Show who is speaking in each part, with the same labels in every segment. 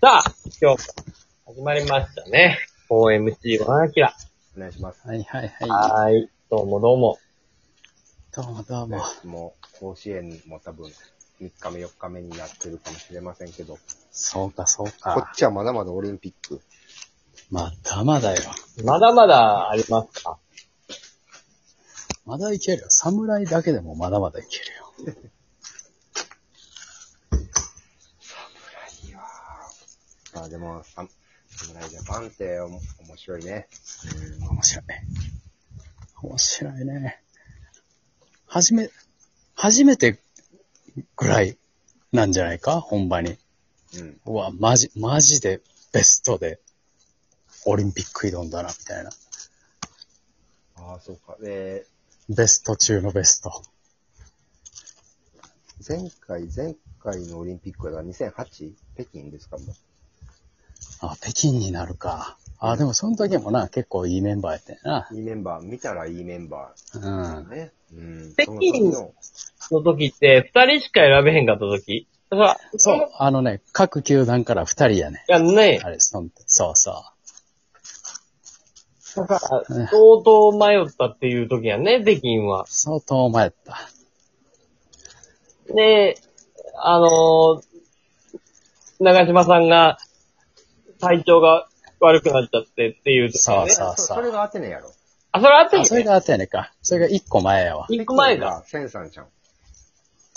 Speaker 1: さあ、今日も始まりましたね。OMC ごはんきら。
Speaker 2: お願いします。
Speaker 3: はいはいは
Speaker 1: はーい。どうもどうも。
Speaker 3: い。どうもどうも。
Speaker 2: もう、甲子園も多分、3日目、4日目になってるかもしれませんけど、
Speaker 3: そうかそう
Speaker 2: こ
Speaker 3: か
Speaker 2: っ。ちはまだまだオリンピック。
Speaker 3: またまだよ。
Speaker 1: まだまだありますか
Speaker 3: まだいけるよ。侍だけでもまだまだいけるよ。
Speaker 2: まあでも、サ侍ジャパンっておも面白いね。
Speaker 3: 面白い。面白いね。初め、初めてぐらいなんじゃないか本場に。
Speaker 2: うん。
Speaker 3: うわ、マジ、マジでベストでオリンピック挑んだな、みたいな。
Speaker 2: ああ、そうか。で、
Speaker 3: ベスト中のベスト。
Speaker 2: 前回、前回のオリンピックは 2008? 北京ですかもう。
Speaker 3: あ、北京になるか。あ、でもその時もな、結構いいメンバーやったよな。
Speaker 2: いいメンバー、見たらいいメンバ
Speaker 3: うん
Speaker 2: ー。。ね。うん。
Speaker 1: 北京
Speaker 2: その
Speaker 1: の時って、二人しか選べへんかった時そら
Speaker 3: そう、あのね、各球団から二人やね。
Speaker 1: いやね、
Speaker 3: あれ、そんそうそ
Speaker 1: だから、相当迷ったっていう時やね、北京は
Speaker 3: う。。相当迷った。
Speaker 1: で、あのー長島さんが、体調が悪くなっちゃってっていう時やね。
Speaker 3: そう
Speaker 2: そそれがアテネやろ。
Speaker 1: あ、それあったよ
Speaker 3: あ、それ
Speaker 1: ね。
Speaker 3: があったやねんか。それが一個前やわ。
Speaker 1: 一個前が。
Speaker 2: センサンちゃん。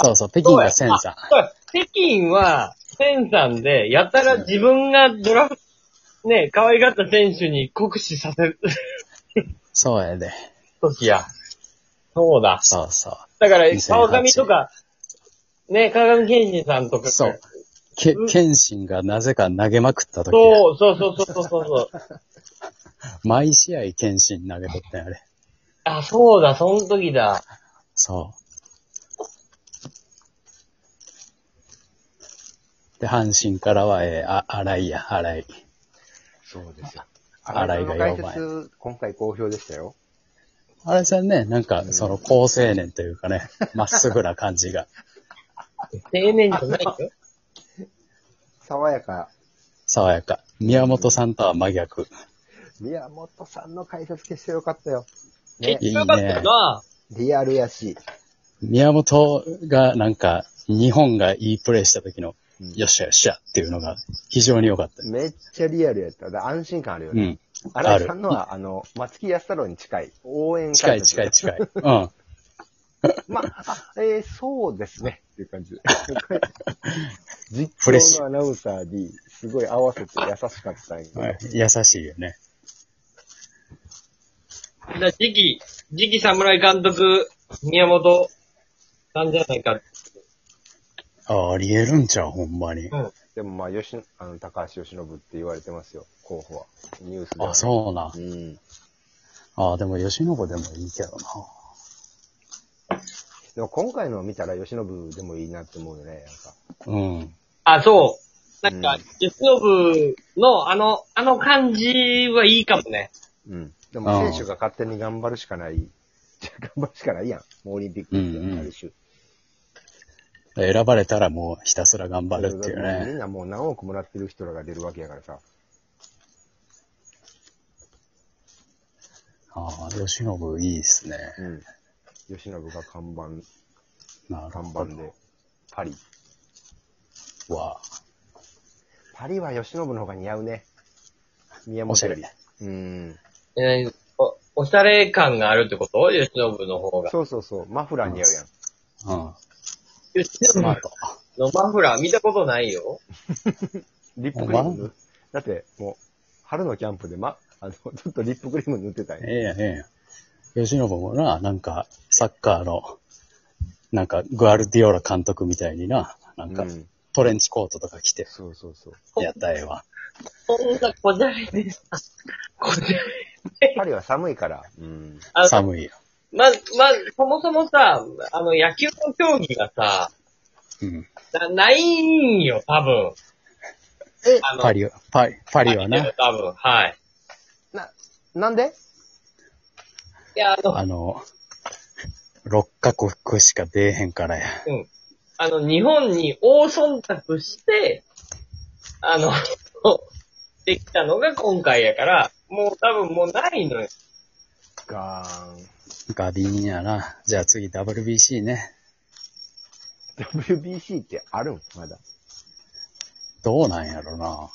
Speaker 3: そうそう、北京が千さん。
Speaker 1: そうや北京は、センさんで、やたら自分がドラフト、ね、可愛がった選手に酷使させる
Speaker 3: そうやで。
Speaker 1: 時や。そうだ。
Speaker 3: そうそ
Speaker 1: だから、
Speaker 3: 2008
Speaker 1: 川上とか、ね、川上健人さんと
Speaker 3: う。
Speaker 1: か。
Speaker 3: そう。け、謙信がなぜか投げまくった時や
Speaker 1: そう。そうそうそうそうそうそう。
Speaker 3: 毎試合謙信投げとったんやあれ。
Speaker 1: あ、そうだ、その時だ。
Speaker 3: そう。で、阪神からは、えー、あ、荒井や、荒井。
Speaker 2: そうですよ。
Speaker 3: 新井が
Speaker 2: 解
Speaker 3: 4番
Speaker 2: 説、今回好評でしたよ。
Speaker 3: あれさんね、なんか、その、高青年というかね、まっすぐな感じが。
Speaker 1: 青年じゃないよ。
Speaker 2: 爽やか。
Speaker 3: 爽やか。宮本さんとは真逆。
Speaker 2: 宮本さんの解説決してよかったよ。
Speaker 1: え、
Speaker 2: ね、
Speaker 3: いいね
Speaker 1: よかったな。
Speaker 2: リアルやし。
Speaker 3: 宮本がなんか、日本がいいプレーした時の、
Speaker 2: うん
Speaker 3: よっしゃよっしゃっていうのが非常に良かった。
Speaker 2: めっちゃリアルやった。だから安心感あるよ
Speaker 3: う
Speaker 2: ね。
Speaker 3: ん。
Speaker 2: 荒
Speaker 3: あ
Speaker 2: 井
Speaker 3: る
Speaker 2: さんのは、あの、松木安太郎に近い。応援
Speaker 3: 近
Speaker 2: 解
Speaker 3: い
Speaker 2: 説
Speaker 3: 近い。近い。うん。
Speaker 2: まあ、あえー、そうですね。っていう感 じで。
Speaker 3: フレッシ
Speaker 2: 実況のアナウンサーに、すごい合わせて優しかったんやけど
Speaker 3: ュ。 はい優しいよね。
Speaker 1: じゃあ次期、次期侍監督、宮本さんじゃないか。
Speaker 3: あありえるんちゃう、ほんまに。
Speaker 1: うん。
Speaker 2: でもまあ、吉野、あの、高橋由伸って言われてますよ。候補は。ニュースでは。
Speaker 3: あ、そうな
Speaker 2: う。。うん。
Speaker 3: ああ、でも吉野でもいいけどな。
Speaker 2: でも今回のを見たら、由伸でもいいなって思うよね。なんか。
Speaker 3: うん。
Speaker 1: あ、そう。なん
Speaker 2: う
Speaker 1: か
Speaker 2: ん、
Speaker 1: 由伸のあの、あの感じはいいかもね。
Speaker 2: うん。でも選手が勝手に頑張るしかない。頑張るしかないやん。もうオリンピック
Speaker 3: うんうん
Speaker 2: にある種。
Speaker 3: 選ばれたらもうひたすら頑張るっていう
Speaker 2: だからみ
Speaker 3: ね。
Speaker 2: んなもう何億もらってる人らが出るわけやからさ。
Speaker 3: ああ、吉野いいっすね。
Speaker 2: うん。吉信が看板、
Speaker 3: なる
Speaker 2: 看
Speaker 3: ほ
Speaker 2: 板
Speaker 3: ど。
Speaker 2: で。パリ。
Speaker 3: わ
Speaker 2: パリは吉信の方が似合うね。宮本より
Speaker 3: おしゃ。
Speaker 2: うん。
Speaker 1: えーお、おしゃれ感があるってこと由伸の方が。
Speaker 2: そうそうそう。マフラー似合うやん。
Speaker 3: あ。うん。
Speaker 1: 由
Speaker 3: ス
Speaker 1: 伸
Speaker 3: マ
Speaker 1: の
Speaker 3: ート。
Speaker 1: マフラー見たことないよ。
Speaker 2: リップクリーム塗だって、もう、春のキャンプで、ま、あの、ずっとリップクリーム塗ってたんや。
Speaker 3: ええやんええやん。吉野もな、なんか、サッカーの、なんか、グアルディオラ監督みたいにな、なんか
Speaker 2: う、ん。
Speaker 3: トレンチコートとか着て、
Speaker 2: そうそうそう。
Speaker 3: やったらええわ。
Speaker 1: こんなこじゃれでさ、こじゃれ。
Speaker 2: パリは寒いから。うん。
Speaker 1: あの、
Speaker 3: 寒いよ。
Speaker 1: ま、ま、そもそもさ、あの、野球の競技がさ、
Speaker 3: うん。
Speaker 1: なないんよ、多分。
Speaker 2: え
Speaker 1: あの
Speaker 3: パリは、パリ、パリは
Speaker 1: だ
Speaker 3: な
Speaker 1: け、ど多分、はい。
Speaker 2: な、なんで
Speaker 1: いや、あの、
Speaker 3: あの、六カ国しか出えへんからや。
Speaker 1: うん。あの、日本に大忖度して、ああの、 できたのが今回やから、もう多分もうないのよ。
Speaker 2: ガーン。
Speaker 3: ガビンやな。じゃあ次 WBC ね。
Speaker 2: WBC ってあるんまだ。
Speaker 3: どうなんやろな。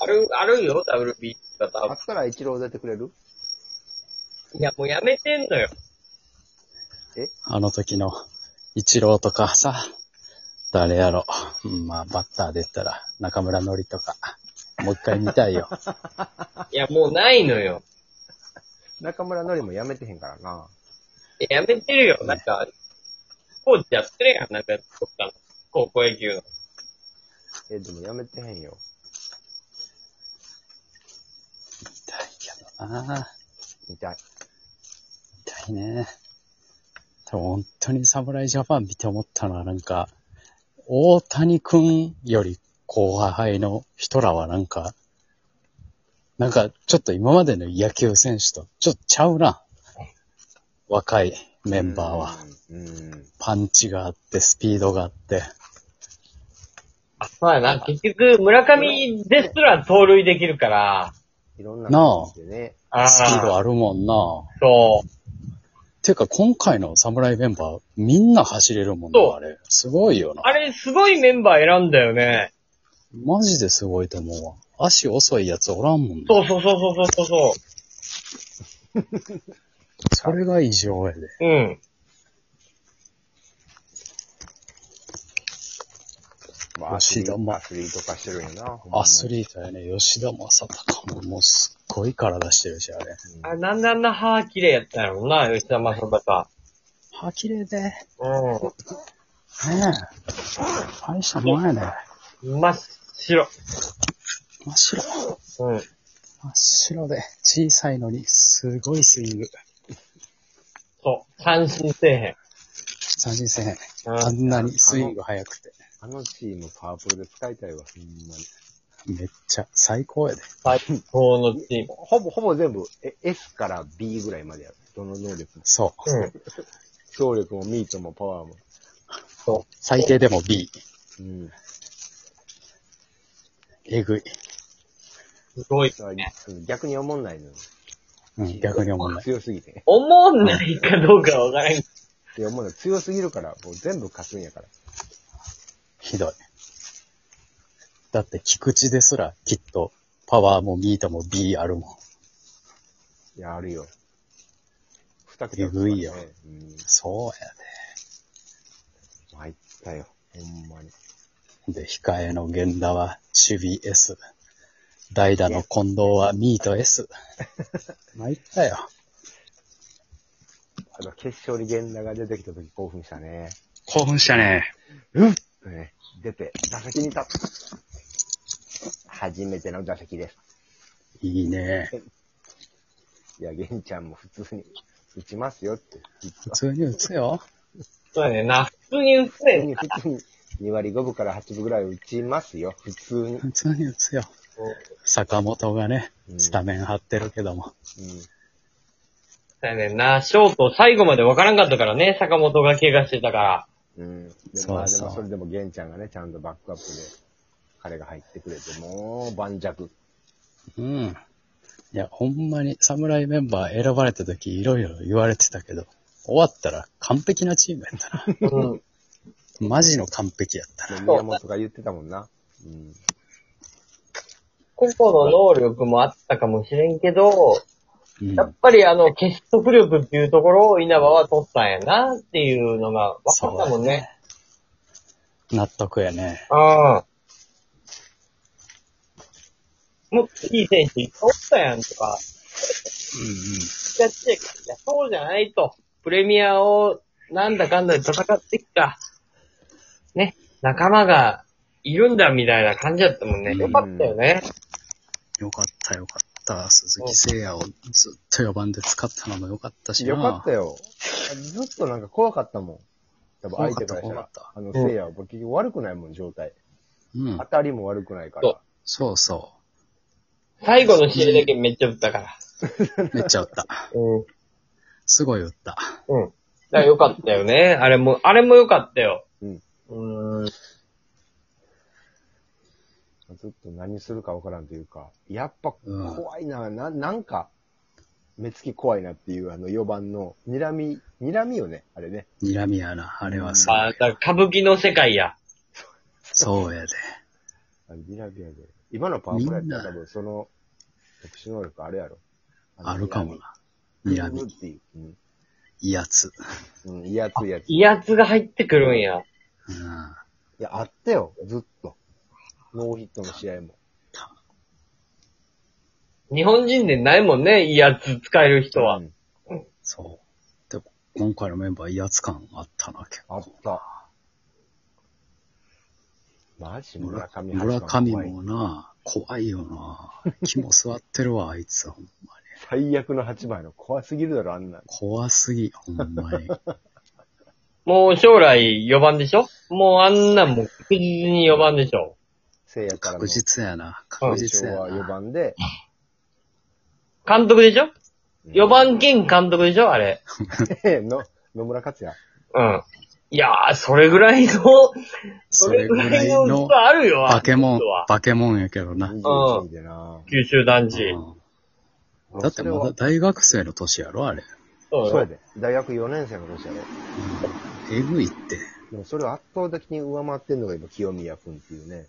Speaker 1: ある、あるよ、WB が多
Speaker 2: あ
Speaker 1: 分。
Speaker 2: ったら一郎出てくれる
Speaker 1: いや、もうやめてんのよ。
Speaker 3: あの時の、イチローとかさ、誰やろ。うんまあ、バッターで言ったら、中村のりとか。もう一回見たいよ。
Speaker 1: いや、もうないのよ。
Speaker 2: 中村のりもやめてへんからな。
Speaker 1: いややめてるよ。なんか、コーチやってるやん。なんか、どっかの高校野球の。
Speaker 2: え、でもやめてへんよ。
Speaker 3: 見たいけどな。
Speaker 2: 見たい。
Speaker 3: 見たいね。でも本当に侍ジャパン見て思ったのはなんか、大谷くんより後輩の人らはなんか、なんかちょっと今までの野球選手とちょっとちゃうな。若いメンバーは。
Speaker 2: うん。うん。
Speaker 3: パンチがあって、スピードがあって。
Speaker 1: あ、そうやな。結局、村上ですら盗塁できるから。
Speaker 2: いろんな
Speaker 3: なあ
Speaker 2: でね。
Speaker 1: あ
Speaker 3: スピードあるもんな。
Speaker 1: そう。
Speaker 3: てか今回の侍メンバー、みんな走れるもん
Speaker 1: そう
Speaker 3: な、あれ。すごいよな。
Speaker 1: あれ、すごいメンバー選んだよね。
Speaker 3: マジですごいと思うわ。足遅いやつおらんもんな。
Speaker 1: そうそうそうそうそうそ
Speaker 3: それが異常やで。
Speaker 1: う。うん。
Speaker 2: まあ、アスリ
Speaker 3: 吉田も
Speaker 2: アスリート化してるんやな。ほんまに
Speaker 3: アスリートやね、吉田正尚ももうすっごい体してるし、あれ。
Speaker 1: あ、なんであんな歯綺麗やったんやろうな、吉田正尚。
Speaker 3: 歯綺麗で。ね
Speaker 1: う
Speaker 3: え。大したもんやね。
Speaker 1: ん。真っ白。
Speaker 3: 真っ白。
Speaker 1: うん。
Speaker 3: 真っ白で。小さいのに、すごいスイング。
Speaker 1: そう。三振せえ
Speaker 3: 三人戦。
Speaker 1: へん。
Speaker 3: あ
Speaker 1: うん。
Speaker 3: んなにスイング速くて。
Speaker 2: あのチームパープルで使いたいわ、ほんまに。
Speaker 3: めっちゃ最高やで。
Speaker 1: 最高のチーム。
Speaker 2: ほぼ、ほぼ全部、え S から B ぐらいまでやる。どの能力も。
Speaker 3: そう。
Speaker 1: うん。
Speaker 2: 走力もミートもパワーも。
Speaker 1: そう。
Speaker 3: 最低でも B。
Speaker 2: うん。
Speaker 3: えぐい。
Speaker 1: すごい
Speaker 2: だ。から逆に思んないのよ。
Speaker 3: うん、逆に思わない。
Speaker 2: 強すぎて。
Speaker 1: 思んないかどうかわからんけど。
Speaker 2: いや、思うの強すぎるから、もう全部勝つんやから。
Speaker 3: ひどい。だって、菊池ですら、きっと、パワーもミートも B あるもん。
Speaker 2: いや、あるよ。二桁
Speaker 3: えぐいよ
Speaker 2: うん。
Speaker 3: そうやで。
Speaker 2: 参ったよ。ほんまに。
Speaker 3: で、控えの源田は守備 S。代打の近藤はミート S。参ったよ。
Speaker 2: あの、決勝に源田が出てきた時興奮したね。
Speaker 3: 興奮したね。
Speaker 2: ね、出て、打席に立つ。初めての打席です。
Speaker 3: いいね。
Speaker 2: いや、源ちゃんも普通に打ちますよって。
Speaker 3: 普通に打つよ。
Speaker 1: そうやねんな。普通に打つね
Speaker 2: 普通
Speaker 1: ん
Speaker 2: に、普通に2割5分から8分ぐらい打ちますよ。普通に。うん。
Speaker 3: 普通に打つよ。
Speaker 1: そう
Speaker 3: 坂本がね
Speaker 2: う、ん
Speaker 3: スタメン張ってるけども。
Speaker 1: そうやねんな。ショート最後までわからんかったからね、坂本が怪我してたから。
Speaker 2: うん。で
Speaker 3: そう
Speaker 2: も、まあ、で
Speaker 3: そう
Speaker 2: もそれでも源ちゃんがね、ちゃんとバックアップで、彼が入ってくれて、もう、盤石。
Speaker 3: うん。いや、ほんまに侍メンバー選ばれた時いろいろ言われてたけど、終わったら完璧なチームやった な。
Speaker 1: うん。
Speaker 3: マジの完璧やったな。
Speaker 2: で宮本が言ってたもんな。うん。
Speaker 1: 個々の能力もあったかもしれんけど、
Speaker 3: うん
Speaker 1: や。っぱりあの、結束力っていうところを稲葉は取ったんやなっていうのが分かったもんね。
Speaker 3: 納得やね。
Speaker 1: ああ。もっといい選手いっぱいおったやんとか、やって、いや、そうじゃないと。プレミアをなんだかんだで戦ってきた、ね、仲間がいるんだみたいな感じだったもんね。
Speaker 3: うん
Speaker 1: よかったよね。
Speaker 3: よかったよかった。鈴木誠也をずっと4番で使ったのもよかったしな。
Speaker 2: よかったよ。ずっとなんか怖かったもん。多分相手からした
Speaker 3: 怖からった怖
Speaker 2: あ
Speaker 3: か。
Speaker 2: の、せいやは結局悪くないもん、状態。
Speaker 3: うん
Speaker 2: 当。たりも悪くないから。
Speaker 3: そうそ
Speaker 1: 最後の試合だけめっちゃ打ったから。
Speaker 3: う。めっちゃ打った。
Speaker 1: うん。
Speaker 3: すごい打った。
Speaker 1: うん。だからよかったよね。あれも、あれもよかったよ。
Speaker 2: うん。
Speaker 1: うーん。
Speaker 2: ずっと何するかわからんというか、やっぱ怖いな、ななんか、目つき怖いなっていう、あの4番の、睨み、睨みよね、あれね。
Speaker 3: 睨みやな、あれは
Speaker 1: あ
Speaker 3: さ
Speaker 1: あ、だ、から歌舞伎の世界や。
Speaker 3: そうやで。
Speaker 2: あの睨みやで。今のパワープロやったら多分その、特殊能力あるやろ。の
Speaker 3: あるかもな。
Speaker 2: 睨
Speaker 3: 睨
Speaker 2: み。
Speaker 3: み
Speaker 2: 睨みっていう。うん
Speaker 3: いいやつ。
Speaker 2: うん、威圧威圧。い
Speaker 1: 威圧が入ってくるんや。
Speaker 3: うん。
Speaker 2: や、あったよ、ずっと。ノーヒットの試合も。
Speaker 1: 日本人でないもんね、威圧使える人は
Speaker 2: う。ん
Speaker 3: そう。でも、今回のメンバー威圧感あったな、結
Speaker 2: あ
Speaker 3: 構
Speaker 2: っ。た。マジ村上
Speaker 3: 村上もな、怖いよな。気も座ってるわ、あいつは。ほんまに。
Speaker 2: 最悪の8枚の怖すぎるだろ、あんな。
Speaker 3: 怖すぎ、ほんま に。
Speaker 1: もう将来4番でしょもうあんなんもう確実に4番でしょ
Speaker 2: せいやからの
Speaker 3: 確実やな。確実や
Speaker 2: は4
Speaker 3: な。
Speaker 2: 番で。
Speaker 1: 監督でしょ
Speaker 2: うん
Speaker 1: ?4 番兼監督でしょあれ。
Speaker 2: の野村克也。
Speaker 1: うん。いやー、それぐらいの、
Speaker 3: それぐらい
Speaker 1: それ
Speaker 3: の
Speaker 1: 器あるよ、
Speaker 3: バケモン
Speaker 1: あの人は、
Speaker 3: バケモンやけどな。
Speaker 2: 21位でな。
Speaker 1: 九州男児。
Speaker 3: うんだってまだ大学生の年やろ、あれ。
Speaker 1: そう
Speaker 2: そうや
Speaker 1: よ。
Speaker 2: で。大学4年生の年やろ。
Speaker 3: えぐいって。
Speaker 2: でもそれを圧倒的に上回ってんのが今、清宮くんっていうね。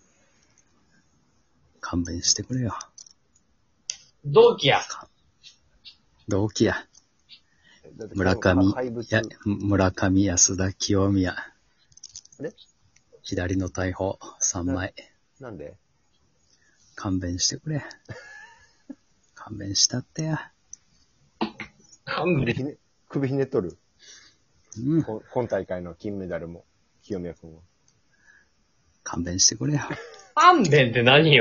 Speaker 3: 勘弁してくれよ。
Speaker 1: 同期や。
Speaker 3: 同期や。
Speaker 2: だって
Speaker 3: 村上
Speaker 2: 怪物、
Speaker 3: や村上、安田、清宮。
Speaker 2: れ
Speaker 3: 左の大砲、3枚。
Speaker 2: なんで
Speaker 3: 勘弁してくれ。勘弁したってや。
Speaker 1: 勘
Speaker 2: 首
Speaker 1: 弁
Speaker 2: ひね首ひねっとる。
Speaker 3: うん。
Speaker 2: こ今大会の金メダルも、清宮くんは。
Speaker 3: 勘弁してくれよ。
Speaker 1: 勘弁って何よ。